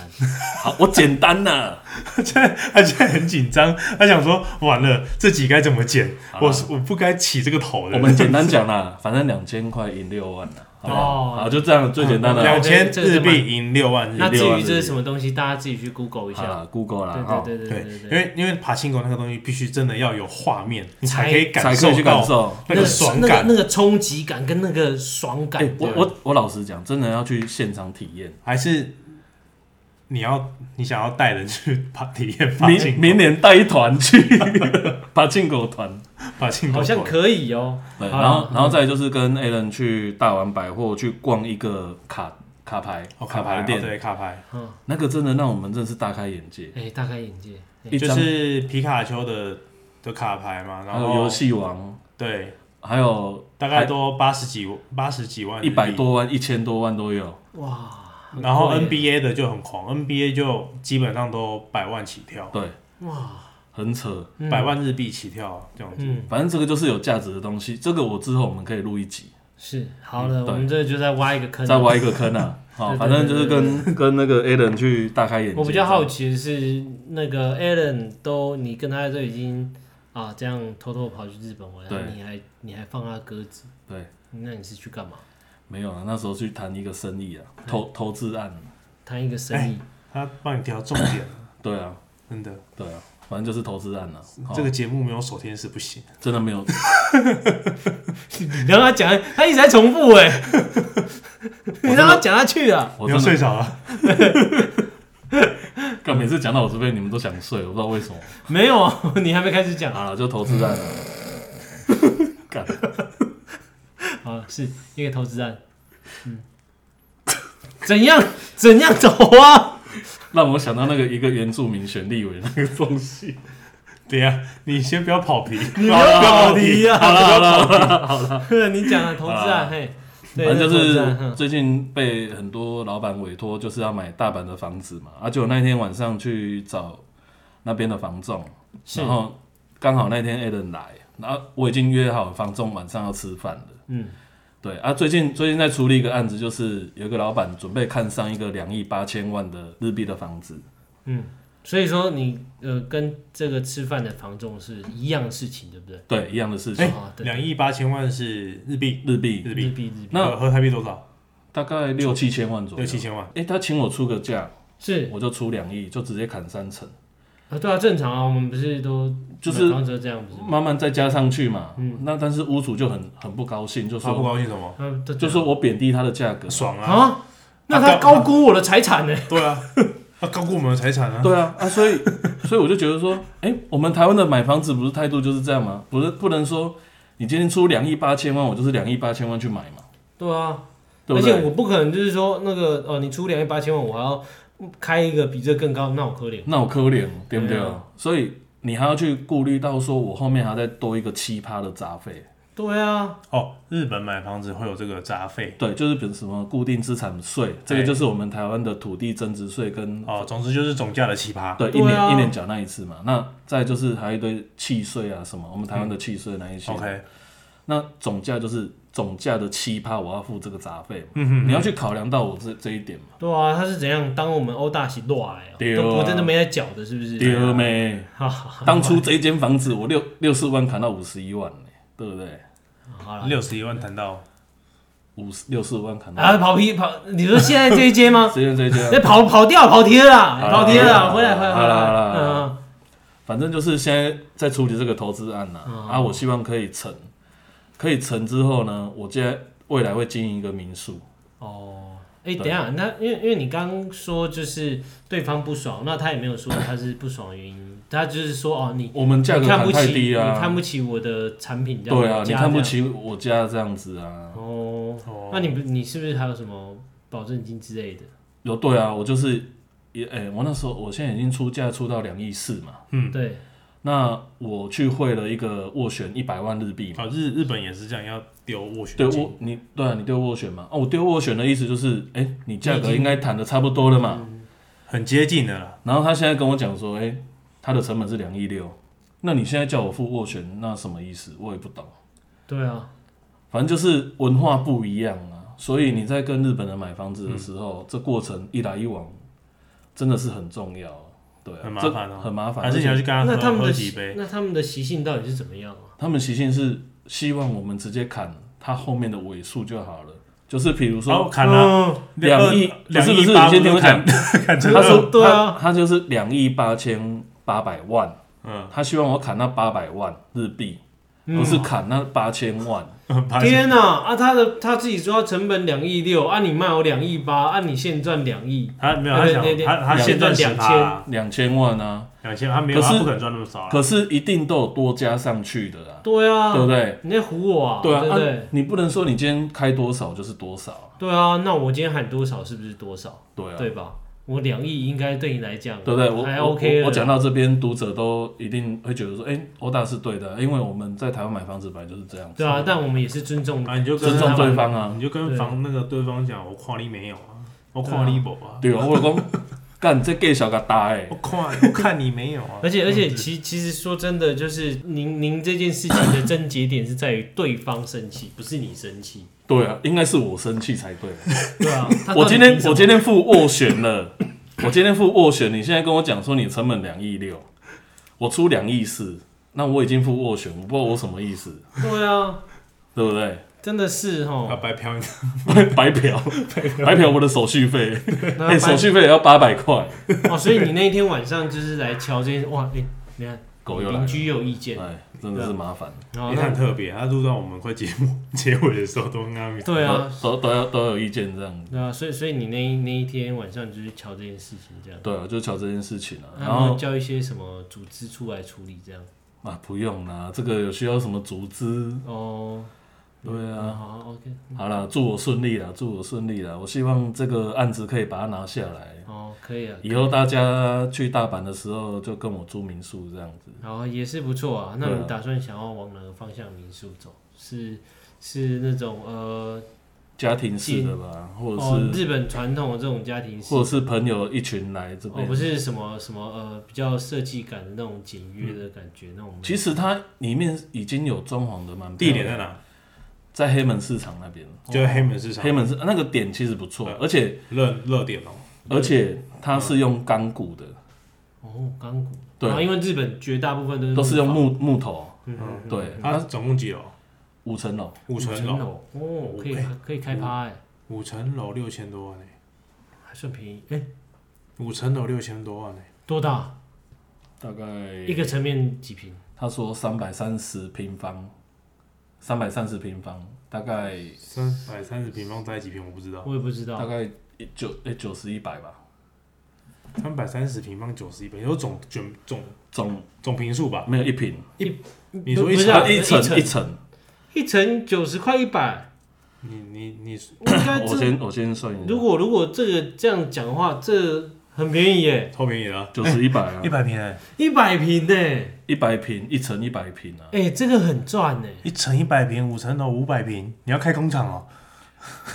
[SPEAKER 3] 好，我简
[SPEAKER 1] [laughs]
[SPEAKER 3] 单呐，
[SPEAKER 1] 现在他现在很紧张，他想说完了这集该怎么剪？
[SPEAKER 3] 好啦
[SPEAKER 1] 我是我不该起这个头的。[laughs]
[SPEAKER 3] 我们简单讲啦，反正两千块赢六万啦，好不好？
[SPEAKER 2] 哦
[SPEAKER 3] 好，就这样最简单的
[SPEAKER 1] 两
[SPEAKER 3] 啦，
[SPEAKER 1] 千
[SPEAKER 2] 这个是
[SPEAKER 1] 日
[SPEAKER 2] 蛮
[SPEAKER 1] 币赢六万日
[SPEAKER 2] 那
[SPEAKER 1] 币
[SPEAKER 2] 至
[SPEAKER 3] 六万
[SPEAKER 2] 于这是什么东西，大家自己去 Google 一
[SPEAKER 3] 啊好哎
[SPEAKER 2] 下。
[SPEAKER 3] 啦，Google 啦，
[SPEAKER 2] 对
[SPEAKER 3] 哈
[SPEAKER 2] 对对
[SPEAKER 1] 对
[SPEAKER 2] 对对，
[SPEAKER 1] 因
[SPEAKER 2] 对，
[SPEAKER 1] 为因为爬行狗那个东西必须真的要有画面，你才
[SPEAKER 2] 才
[SPEAKER 1] 可以感
[SPEAKER 3] 才可
[SPEAKER 1] 受
[SPEAKER 3] 以去感
[SPEAKER 1] 到
[SPEAKER 3] 受。
[SPEAKER 1] 那个爽
[SPEAKER 2] 那个
[SPEAKER 1] 感，
[SPEAKER 2] 那个冲击感跟那个爽
[SPEAKER 3] 哎、
[SPEAKER 2] 感，
[SPEAKER 3] 我我我老实讲，真的要去现场体验。
[SPEAKER 1] 还是你要你想要带人去 [laughs] 爬体验爬
[SPEAKER 3] 明
[SPEAKER 1] 行
[SPEAKER 3] 明年带一团去 [laughs] 把进狗团，
[SPEAKER 1] 爬行狗
[SPEAKER 2] 好像可以哦。
[SPEAKER 3] 对，
[SPEAKER 2] 好啦
[SPEAKER 3] 然后然后再就是跟 a l a n 去大丸百货去逛一个卡卡牌、
[SPEAKER 1] 哦
[SPEAKER 3] 卡
[SPEAKER 1] 卡
[SPEAKER 3] 牌
[SPEAKER 1] 牌
[SPEAKER 3] 店，
[SPEAKER 1] 哦对卡牌
[SPEAKER 2] 嗯，
[SPEAKER 3] 那个真的让我们真的是大开眼界，
[SPEAKER 2] 哎，大开眼界。哎
[SPEAKER 3] 一
[SPEAKER 1] 就
[SPEAKER 3] 张
[SPEAKER 1] 是皮卡丘的的卡牌嘛，然
[SPEAKER 3] 还有
[SPEAKER 1] 后
[SPEAKER 3] 游戏王，
[SPEAKER 1] 对，
[SPEAKER 3] 还有
[SPEAKER 1] 大概都八十几八十几万日
[SPEAKER 3] 一
[SPEAKER 1] 币，
[SPEAKER 3] 百多万、一千多万都有。
[SPEAKER 2] 哇，
[SPEAKER 1] 然后
[SPEAKER 2] 很贵耶
[SPEAKER 1] NBA 的就很狂，NBA 就基本上都百万起跳，
[SPEAKER 3] 对，
[SPEAKER 2] 哇，
[SPEAKER 3] 很扯。
[SPEAKER 2] 嗯
[SPEAKER 1] 百万日币起跳这样子。
[SPEAKER 2] 嗯
[SPEAKER 3] 反正这个就是有价值的东西，这个我之后我们可以录一集，
[SPEAKER 2] 是好了，
[SPEAKER 3] 嗯对
[SPEAKER 2] 我们这就再挖一个坑。
[SPEAKER 3] 再挖一个坑啊。好，
[SPEAKER 2] 对对
[SPEAKER 3] 反正就是
[SPEAKER 2] 对对
[SPEAKER 3] 跟跟那个 a l a n 去大开眼界。
[SPEAKER 2] 我比较好奇的是，那个 Alan 都你跟他都已经啊这样偷偷跑去日本玩，
[SPEAKER 3] 对
[SPEAKER 2] 然后你还你还放他鸽子，
[SPEAKER 3] 对。
[SPEAKER 2] 那你是去干嘛？
[SPEAKER 3] 没有啊，那时候去谈一个生意啊，投投资案啊。
[SPEAKER 2] 谈一个生意，
[SPEAKER 1] 他帮你挑重点，
[SPEAKER 3] 对啊，
[SPEAKER 1] 真的，
[SPEAKER 3] 对啊，反正就是投资案了、啊。
[SPEAKER 1] 这
[SPEAKER 3] 个
[SPEAKER 1] 个节目没有手天是不行。
[SPEAKER 3] 真的没有，
[SPEAKER 2] 你让他讲，他一直在重复哎、 [laughs] 你让他讲下去啊！
[SPEAKER 3] 我
[SPEAKER 1] 你要
[SPEAKER 3] 真
[SPEAKER 1] 睡
[SPEAKER 3] 的
[SPEAKER 1] 着了，
[SPEAKER 3] 干，每次讲到我这边，你们都想睡，我不知道为什么。
[SPEAKER 2] 没有，你还没开始讲啊？ [laughs]
[SPEAKER 3] 好了，就投资案了、 [laughs] 干，
[SPEAKER 2] 好了，是一个投资案。嗯，怎样怎样走啊？
[SPEAKER 3] 让我想到那个一个原住民选立委那个东西。
[SPEAKER 1] 等一下你先不要跑题，
[SPEAKER 2] 你
[SPEAKER 1] 好了
[SPEAKER 2] 要跑题啊
[SPEAKER 1] 好了好了好了，
[SPEAKER 2] [laughs] 你讲啊，投资
[SPEAKER 3] 好
[SPEAKER 2] 案
[SPEAKER 3] 啦
[SPEAKER 2] 嘿，对，
[SPEAKER 3] 反正就
[SPEAKER 2] 那个投嗯资案
[SPEAKER 3] 是
[SPEAKER 2] 哼
[SPEAKER 3] 最近被很多老板委托，就是要买大阪的房子嘛。而且我那天晚上去找那边的房仲，
[SPEAKER 2] 是
[SPEAKER 3] 然后刚好那天 a l a n 来，然后我已经约好房仲晚上要吃饭了。
[SPEAKER 2] 嗯，
[SPEAKER 3] 对啊，最近最近在处理一个案子，就是有一个老板准备看上一个两亿八千万的日币的房子，
[SPEAKER 2] 所以说你呃跟这个吃饭的房仲是一样的事情，对不对？
[SPEAKER 3] 对，一样的事情，
[SPEAKER 1] 哎
[SPEAKER 2] 哦，对
[SPEAKER 1] 两亿八千万是日币，
[SPEAKER 3] 日币
[SPEAKER 1] 日
[SPEAKER 2] 日
[SPEAKER 1] 币，
[SPEAKER 2] 币日币
[SPEAKER 3] 那
[SPEAKER 1] 合合台币多少？
[SPEAKER 3] 大概六七千万左右。
[SPEAKER 1] 六七千万。
[SPEAKER 3] 哎、他请我出个价，
[SPEAKER 2] 是
[SPEAKER 3] 我就出两亿，就直接砍三成，
[SPEAKER 2] 啊，对啊，正常啊，我们不是都
[SPEAKER 3] 就是
[SPEAKER 2] 买房子都这样不是吗？
[SPEAKER 3] 慢慢再加上去嘛。那但是屋主就很很不高兴，就
[SPEAKER 1] 他不
[SPEAKER 3] 说
[SPEAKER 1] 高兴什么？
[SPEAKER 2] 嗯，都
[SPEAKER 3] 就说我贬低他的价格。
[SPEAKER 1] 爽啊！
[SPEAKER 2] 啊，那他高估我的财产呢？
[SPEAKER 1] 对啊，他高估我们的财产啊！
[SPEAKER 3] 对啊，啊，所以 [laughs] 所以我就觉得说，哎、我们台湾的买房子不是态度就是这样吗？不是不能说你今天出两亿八千万，我就是两亿八千万去买嘛，
[SPEAKER 2] 对啊，
[SPEAKER 3] 对不
[SPEAKER 2] 而
[SPEAKER 3] 对？
[SPEAKER 2] 且我不可能就是说那个哦，你出两亿八千万，我还要开一个比这更高，那我可怜。
[SPEAKER 3] 那我可怜，对不
[SPEAKER 2] 对
[SPEAKER 3] 对？
[SPEAKER 2] 啊
[SPEAKER 3] 所以你还要去顾虑到说，我后面还要再多一个奇葩的杂费，
[SPEAKER 2] 对啊，
[SPEAKER 1] 哦，日本买房子会有这个杂费
[SPEAKER 3] 对，就是比如什么固定资产税，这个就是我们台湾的土地增值税跟
[SPEAKER 1] 哦，总之就是总价的奇葩。
[SPEAKER 3] 对一
[SPEAKER 2] 对
[SPEAKER 3] 年、
[SPEAKER 2] 啊
[SPEAKER 3] 一年缴那一次嘛。那再就是还有一堆契税啊什么，我们台湾的契税那一些，
[SPEAKER 1] 嗯 OK，
[SPEAKER 3] 那总价就是总价的奇葩，我要付这个杂费嘛。
[SPEAKER 1] 嗯哼，
[SPEAKER 3] 你要去考量到我这这一点嘛，
[SPEAKER 2] 对啊，他是怎样当我们欧大喜落来哦，
[SPEAKER 3] 对啊
[SPEAKER 2] 都不真的没在缴的，是不
[SPEAKER 1] 啊
[SPEAKER 2] 是？
[SPEAKER 3] 对啊没？
[SPEAKER 2] 好好好
[SPEAKER 3] 当初这一间房子我六六四万砍到五十一万、呢，对不对？
[SPEAKER 2] 好了，
[SPEAKER 1] 六十一万谈到
[SPEAKER 3] 五十六四万砍到，
[SPEAKER 2] 啊，跑皮跑，你说现在这一阶吗？
[SPEAKER 3] [laughs] 这间这一间啊
[SPEAKER 2] 那跑跑掉跑题了啦，
[SPEAKER 3] 好啦
[SPEAKER 2] 跑题了
[SPEAKER 3] 好
[SPEAKER 2] 啦，
[SPEAKER 3] 啦
[SPEAKER 2] 回来回来回
[SPEAKER 3] 啊好啦好啦
[SPEAKER 2] 来，
[SPEAKER 3] 好啦
[SPEAKER 2] 嗯，
[SPEAKER 3] 反正就是现在在处理这个投资案呐、
[SPEAKER 2] 嗯
[SPEAKER 3] 啊，我希望可以成，可以成之后呢，我接下来未来会经营一个民宿，
[SPEAKER 2] 哦，哎，等一下，那因为因为你刚刚说就是对方不爽，那他也没有说他是不爽的原因，他就是说哦，你
[SPEAKER 3] 我们价格
[SPEAKER 2] 你看
[SPEAKER 3] 砍
[SPEAKER 2] 不
[SPEAKER 3] 太
[SPEAKER 2] 起，
[SPEAKER 3] 低
[SPEAKER 2] 你看
[SPEAKER 3] 啊，
[SPEAKER 2] 不起我的产品，这样
[SPEAKER 3] 对啊，
[SPEAKER 2] 加
[SPEAKER 3] 你
[SPEAKER 2] 这样
[SPEAKER 3] 看不起我家这样子啊，
[SPEAKER 2] 哦，
[SPEAKER 1] 哦
[SPEAKER 2] 那你不你是不是还有什么保证金之类的？
[SPEAKER 3] 有对啊，我就是也哎、我那时候我现在已经出价出到两亿四嘛，
[SPEAKER 2] 对，
[SPEAKER 3] 那我去汇了一个斡旋一百万日币嘛，
[SPEAKER 1] 啊，日日本也是这样，要丢斡旋
[SPEAKER 3] 对
[SPEAKER 1] 金
[SPEAKER 3] 斡你对啊，你对斡旋嘛？哦，我对斡旋的意思就是，哎、你价格应该谈的差不多了嘛。
[SPEAKER 1] 很接近的啦。
[SPEAKER 3] 然后他现在跟我讲说，哎、他的成本是两亿六，那你现在叫我付斡旋，那什么意思？我也不懂。
[SPEAKER 2] 对啊，
[SPEAKER 3] 反正就是文化不一样啊，所以你在跟日本人买房
[SPEAKER 1] 嗯
[SPEAKER 3] 子的时候，这过程一来一往，真的是很重要啊。对啊、
[SPEAKER 1] 很麻
[SPEAKER 3] 这
[SPEAKER 1] 烦哦
[SPEAKER 3] 很麻烦。
[SPEAKER 1] 还是你要
[SPEAKER 3] 而且
[SPEAKER 1] 去跟他
[SPEAKER 2] 那他
[SPEAKER 1] 喝
[SPEAKER 2] 们
[SPEAKER 1] 喝
[SPEAKER 2] 的
[SPEAKER 1] 几
[SPEAKER 2] 习
[SPEAKER 1] 杯？
[SPEAKER 2] 那他们的习性到底是怎么样啊？
[SPEAKER 3] 他们习性是希望我们直接砍他后面的尾数就好了，就是比如
[SPEAKER 1] 然
[SPEAKER 3] 说
[SPEAKER 1] 后砍了
[SPEAKER 2] 嗯
[SPEAKER 3] 两亿，不
[SPEAKER 1] 两
[SPEAKER 3] 是不
[SPEAKER 1] 亿
[SPEAKER 3] 是，
[SPEAKER 1] 八，
[SPEAKER 3] 你先听我讲。
[SPEAKER 1] 砍 [laughs] 成
[SPEAKER 3] 他说
[SPEAKER 2] 对啊
[SPEAKER 3] 他他就是两亿八千八百万，
[SPEAKER 1] 嗯，
[SPEAKER 3] 他希望我砍那八百万日币，
[SPEAKER 2] 嗯
[SPEAKER 3] 不是砍那八千万。
[SPEAKER 1] 八千
[SPEAKER 2] 天呐！啊，他的他自己说他成本两亿六，啊，你卖我两亿八，啊，你现赚两亿，
[SPEAKER 1] 他没有，他想
[SPEAKER 2] 对对对
[SPEAKER 1] 他他现赚
[SPEAKER 2] 两
[SPEAKER 1] 两
[SPEAKER 2] 千
[SPEAKER 1] 千
[SPEAKER 3] 两千万啊，
[SPEAKER 1] 两千，他没有，
[SPEAKER 3] 可是
[SPEAKER 1] 他不可能赚那么少啦。啊
[SPEAKER 3] 可是一定都有多加上去的啊，
[SPEAKER 2] 对
[SPEAKER 1] 嗯
[SPEAKER 2] 啊，
[SPEAKER 3] 对不对？
[SPEAKER 2] 你在唬我啊，
[SPEAKER 3] 对啊，
[SPEAKER 2] 对不对
[SPEAKER 3] 啊？你不能说你今天开多少就是多少啊，
[SPEAKER 2] 对啊，那我今天喊多少是不是多少？
[SPEAKER 3] 对啊，
[SPEAKER 2] 对吧？我两亿应该对你来讲，
[SPEAKER 3] 对不对？我
[SPEAKER 2] 还
[SPEAKER 3] 我
[SPEAKER 2] OK
[SPEAKER 3] 我
[SPEAKER 2] 了
[SPEAKER 3] 我讲到这边，读者都一定会觉得说，哎，欧大是对的啊，因为我们在台湾买房子本来就是这样，
[SPEAKER 2] 对啊，但我们也是尊重，
[SPEAKER 1] 啊，你就跟
[SPEAKER 3] 尊
[SPEAKER 1] 他
[SPEAKER 3] 重
[SPEAKER 1] 们
[SPEAKER 3] 对方啊，
[SPEAKER 1] 你就跟房那个对方讲，我跨你没有啊，我跨你没啊，
[SPEAKER 3] 对啊，我讲 [laughs] 干这 gay 小个大哎
[SPEAKER 1] 我，跨我看你没有
[SPEAKER 2] [laughs]
[SPEAKER 1] 啊。
[SPEAKER 2] 而且而且
[SPEAKER 1] 嗯
[SPEAKER 2] 其其实说真的，就是您您这件事情的症结点是在于对方生气，不是你生气，
[SPEAKER 3] 对啊，应该是我生气才对啊。
[SPEAKER 2] 对啊，他到
[SPEAKER 3] 我
[SPEAKER 2] 底
[SPEAKER 3] 今天
[SPEAKER 2] 凭什么
[SPEAKER 3] 我今天付斡旋了，我今天付斡旋，你现在跟我讲说你成本两亿六，我出两亿四，那我已经付斡旋，我不知道我什么意思，
[SPEAKER 2] 对啊，
[SPEAKER 3] 对不对？
[SPEAKER 2] 真的是
[SPEAKER 1] 啊，
[SPEAKER 2] 哦，
[SPEAKER 1] 白嫖你，
[SPEAKER 2] [laughs]
[SPEAKER 3] 白嫖，白嫖我的手续费，
[SPEAKER 2] 那
[SPEAKER 3] [laughs] 哎，手续费也要八百块，
[SPEAKER 2] 哦，所以你那一天晚上就是来敲这件，哇，哎、你看
[SPEAKER 3] 狗又来
[SPEAKER 2] 邻
[SPEAKER 3] 了，
[SPEAKER 2] 居有意见，
[SPEAKER 3] 哎，真的是麻烦，
[SPEAKER 2] 然后
[SPEAKER 1] 也
[SPEAKER 2] 那
[SPEAKER 1] 很特别。他录到我们快节目 [laughs] 结尾的时候，都跟他们
[SPEAKER 2] 对啊，
[SPEAKER 3] 都都要都有意见这样，
[SPEAKER 2] 对啊，所以所以你那一那一天晚上就是敲这件事情这样，
[SPEAKER 3] 对啊，就瞧这件事情啊，
[SPEAKER 2] 然
[SPEAKER 3] 然
[SPEAKER 2] 后
[SPEAKER 3] 后
[SPEAKER 2] 叫一些什么组织出来处理这样，
[SPEAKER 3] 啊不用啦，这个有需要什么组织，
[SPEAKER 2] 哦，
[SPEAKER 3] 对
[SPEAKER 2] 啊，
[SPEAKER 3] 啊。
[SPEAKER 2] 好，OK，
[SPEAKER 3] 好啦，祝我顺利啦，祝我顺利啦！我希望这个案子可以把它拿下来。
[SPEAKER 2] 哦，可以啊，
[SPEAKER 3] 以后大家去大阪的时候，就跟我住民宿这样子。
[SPEAKER 2] 然后也是不错啊。那
[SPEAKER 3] 对啊
[SPEAKER 2] 你打算想要往哪个方向民宿走？是是那种呃，
[SPEAKER 3] 家庭式的吧，或者
[SPEAKER 2] 哦，
[SPEAKER 3] 是、
[SPEAKER 2] 日本传统的这种家庭式
[SPEAKER 3] 或者是朋友一群来这
[SPEAKER 2] 哦，
[SPEAKER 3] 边。
[SPEAKER 2] 不是什么什么呃，比较设计感的那种简约的感觉，那种
[SPEAKER 3] 其实它里面已经有装潢的蛮
[SPEAKER 1] 地
[SPEAKER 3] 漂亮的
[SPEAKER 1] 点在哪？
[SPEAKER 3] 在黑门市场那边，
[SPEAKER 1] 就在黑门市场
[SPEAKER 3] 黑门市那个点其实不错，而且
[SPEAKER 1] 热热点哦。
[SPEAKER 3] 而且它是用钢骨的，
[SPEAKER 2] 哦钢骨。
[SPEAKER 3] 对
[SPEAKER 2] 然后因为日本绝大部分都是
[SPEAKER 3] 都是用
[SPEAKER 2] 木
[SPEAKER 3] 木木头，
[SPEAKER 2] 房，嗯嗯，嗯
[SPEAKER 3] 对，
[SPEAKER 1] 它总共几楼？
[SPEAKER 3] 五层楼，嗯
[SPEAKER 1] 五层楼，
[SPEAKER 2] 楼哦，可以开可以开趴哎，
[SPEAKER 1] 五层楼六千多万呢，
[SPEAKER 2] 还算便宜哎，
[SPEAKER 1] 五层楼六千多万呢。
[SPEAKER 2] 多大？
[SPEAKER 3] 大概
[SPEAKER 2] 一个层面几平？
[SPEAKER 3] 他说三百三十平方，三百三十平方，大概
[SPEAKER 1] 三百三十平方在几平我不知道，
[SPEAKER 2] 我也不知
[SPEAKER 3] 大
[SPEAKER 2] 道，
[SPEAKER 3] 概九诶九十一百吧。
[SPEAKER 1] 三百三十平方九十一平，有总总总
[SPEAKER 3] 总
[SPEAKER 1] 总平数吧？
[SPEAKER 3] 没有一平，
[SPEAKER 1] 你说一
[SPEAKER 2] 不是
[SPEAKER 1] 层
[SPEAKER 2] 啊
[SPEAKER 3] 它，一
[SPEAKER 2] 一
[SPEAKER 3] 层
[SPEAKER 2] 层
[SPEAKER 3] 一层。
[SPEAKER 2] 一层九十块一百，
[SPEAKER 1] 你你你
[SPEAKER 2] 我应该
[SPEAKER 3] 哦我
[SPEAKER 2] 这
[SPEAKER 3] 先我先算一
[SPEAKER 2] 如
[SPEAKER 3] 下，
[SPEAKER 2] 果如果这个这样讲的话，这很便宜耶，
[SPEAKER 1] 超便宜了，
[SPEAKER 3] 九十一百
[SPEAKER 2] [laughs]
[SPEAKER 3] 啊，
[SPEAKER 1] 百平哎，
[SPEAKER 2] 一百平呢。
[SPEAKER 3] 一百平一层一百平啊，
[SPEAKER 2] 哎、这个很赚呢、
[SPEAKER 1] 一层一百平，五层楼五百平，你要开工厂哦。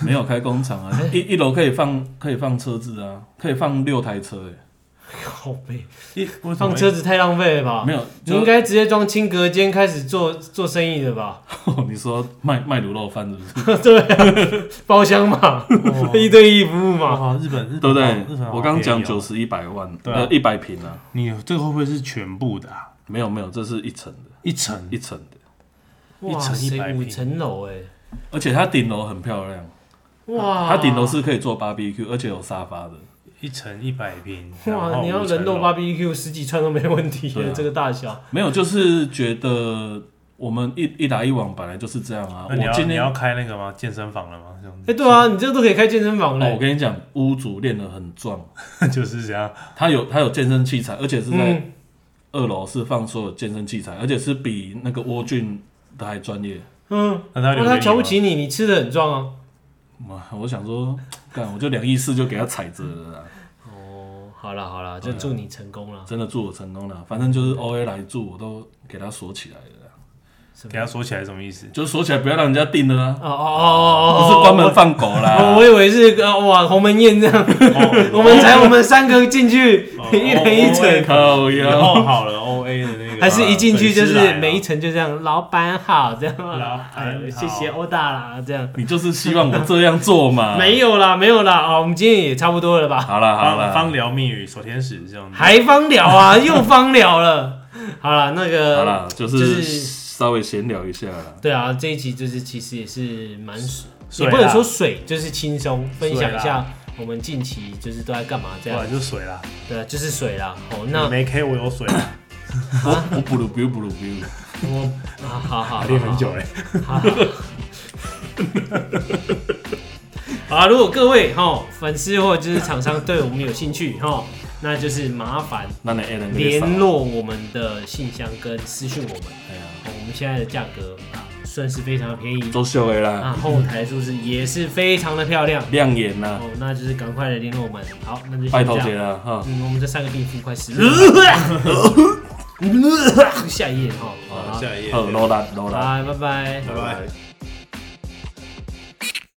[SPEAKER 3] 没有开工
[SPEAKER 2] [laughs]
[SPEAKER 3] 厂啊，一一楼可以放可以放车子啊，可以放六台车欸诶、
[SPEAKER 2] 靠背，
[SPEAKER 1] 一
[SPEAKER 2] 放车子太浪费了吧？
[SPEAKER 3] 没有，
[SPEAKER 2] 你应
[SPEAKER 3] 就
[SPEAKER 2] 该直接装清隔间开始做做生意的
[SPEAKER 3] [laughs]
[SPEAKER 2] 吧？
[SPEAKER 3] 你说卖卖卤肉饭是不是？
[SPEAKER 2] 对、啊，包厢嘛，
[SPEAKER 3] 哦
[SPEAKER 2] 一对一服务嘛。
[SPEAKER 1] 哇，日本日本
[SPEAKER 3] 对不对
[SPEAKER 1] 日本？好
[SPEAKER 3] 我刚刚讲
[SPEAKER 1] 便宜哦
[SPEAKER 3] 九，十一百万，
[SPEAKER 1] 对啊
[SPEAKER 3] 呃，一百平啊，
[SPEAKER 1] 你这个会不会是全部的啊？
[SPEAKER 3] 没有没有，这是一层的，
[SPEAKER 1] 一层
[SPEAKER 3] 一层的，
[SPEAKER 1] 一
[SPEAKER 2] 哇
[SPEAKER 1] 层100
[SPEAKER 2] 塞，
[SPEAKER 1] 平
[SPEAKER 2] 五层楼哎，
[SPEAKER 3] 而且它顶楼很漂亮，
[SPEAKER 2] 哇！
[SPEAKER 1] 啊
[SPEAKER 3] 它顶楼是可以做 BBQ，而且有沙发的，
[SPEAKER 1] 一层一百平，然
[SPEAKER 2] 哇，
[SPEAKER 1] 后
[SPEAKER 2] 你
[SPEAKER 3] 哦
[SPEAKER 2] 要
[SPEAKER 1] 五层
[SPEAKER 2] 人肉 BBQ 十几串都没问题耶、
[SPEAKER 3] 对啊
[SPEAKER 2] 这个大小。
[SPEAKER 3] 没有，就是觉得我们一一来一往本来就是这样啊，
[SPEAKER 1] 那你
[SPEAKER 3] 我
[SPEAKER 1] 要
[SPEAKER 3] 今
[SPEAKER 1] 你
[SPEAKER 3] 天
[SPEAKER 1] 要开那个吗？健身房了吗？这样
[SPEAKER 2] 哎、对啊，你这个都可以开健身房
[SPEAKER 3] 哦，我
[SPEAKER 2] 嘞、
[SPEAKER 3] 跟你讲，屋主练得很壮，
[SPEAKER 1] 子 [laughs] 就是这样，
[SPEAKER 3] 他有他有健身器材，而且是在
[SPEAKER 2] 嗯，
[SPEAKER 3] 二楼是放所有健身器材，而且是比那个蜗俊的还专业。
[SPEAKER 2] 嗯，
[SPEAKER 1] 那他留
[SPEAKER 2] 那
[SPEAKER 1] 给
[SPEAKER 2] 他
[SPEAKER 1] 你
[SPEAKER 2] 瞧不
[SPEAKER 1] 吗
[SPEAKER 2] 起你，你吃的很壮啊。
[SPEAKER 3] 哇，我想说，干我就两亿四就给他踩着了啦。啊
[SPEAKER 2] 哦，好了好了，就祝你成功了。
[SPEAKER 3] 真的祝我成功了。反正就是 O A 来住，我都给他锁起来了啦，
[SPEAKER 2] 什么
[SPEAKER 1] 给他锁起来什么意思？
[SPEAKER 3] 就是锁起来不要让人家订了啦，
[SPEAKER 2] 哦哦哦哦，
[SPEAKER 3] 不是关门啊放狗啦。
[SPEAKER 2] 我我以为是呃哇鸿门宴这样， [laughs] 我们才我们三个进去，
[SPEAKER 1] 哦
[SPEAKER 2] [laughs] 一人一
[SPEAKER 3] 啊
[SPEAKER 2] 层，
[SPEAKER 3] 靠
[SPEAKER 1] 以
[SPEAKER 3] 腰，
[SPEAKER 1] 后哦好了，O A 的那个，
[SPEAKER 2] 还是一进去就
[SPEAKER 1] 粉丝来
[SPEAKER 2] 是
[SPEAKER 1] 了
[SPEAKER 2] 每一层就这样，老板好这样，
[SPEAKER 1] 老板好
[SPEAKER 2] 哎谢谢欧大啦这样，
[SPEAKER 3] 你就是希望我这样做嘛？
[SPEAKER 2] [laughs] 没有啦没有啦啊，我们今天也差不多了吧？
[SPEAKER 3] 好啦好
[SPEAKER 1] 方
[SPEAKER 3] 啦
[SPEAKER 1] 方疗密语守天使这样子。
[SPEAKER 2] 还方了啊，又方了了，好了那
[SPEAKER 3] 好
[SPEAKER 2] 个
[SPEAKER 3] 啦，就
[SPEAKER 2] 就是
[SPEAKER 3] 是稍微闲聊一下啦。
[SPEAKER 2] 对啊，这一集就是其实也是蛮
[SPEAKER 1] 水
[SPEAKER 2] 也
[SPEAKER 1] 啦
[SPEAKER 2] 不能说水，就是轻松分享一
[SPEAKER 1] 水啊
[SPEAKER 2] 下
[SPEAKER 1] 啦
[SPEAKER 2] 我们近期就是都在干嘛这
[SPEAKER 1] 对啊
[SPEAKER 2] 样，，
[SPEAKER 1] 就水啦，
[SPEAKER 2] 对啊，就是水啦。哦，
[SPEAKER 1] 你
[SPEAKER 2] 那
[SPEAKER 1] 没 K 我有水
[SPEAKER 2] [laughs]
[SPEAKER 1] 啦，
[SPEAKER 3] 我我补录补录补录补录，
[SPEAKER 2] 我啊，好好，
[SPEAKER 1] [laughs] 练很久
[SPEAKER 2] 了。
[SPEAKER 1] 嘞。
[SPEAKER 2] 好好， [laughs] 好啊如果各位哈粉丝或者就是厂商对我们有兴趣哈， [laughs] 那就是麻烦
[SPEAKER 3] 那啊你 A 人
[SPEAKER 2] 联络我们的信箱跟私讯我们。哦
[SPEAKER 3] 哎呀，
[SPEAKER 2] 我们现在的价格啊，算是非常便宜，
[SPEAKER 3] 周秀薇
[SPEAKER 2] 啊，
[SPEAKER 3] 啦，
[SPEAKER 2] 后台数字也是非常的漂亮
[SPEAKER 3] 亮眼啦，
[SPEAKER 2] 哦，那就是赶快来联络我们。好，那就
[SPEAKER 3] 拜
[SPEAKER 2] 先
[SPEAKER 3] 托
[SPEAKER 2] 这
[SPEAKER 3] 姐
[SPEAKER 2] 样。
[SPEAKER 3] 啦哈。
[SPEAKER 2] 嗯，我们这三个病夫快死了。
[SPEAKER 3] [laughs]
[SPEAKER 2] 下一页哈，好
[SPEAKER 1] 好，下一页。 [laughs]
[SPEAKER 3] 好，罗拉罗拉。
[SPEAKER 2] 拜拜，拜拜。
[SPEAKER 1] 拜拜。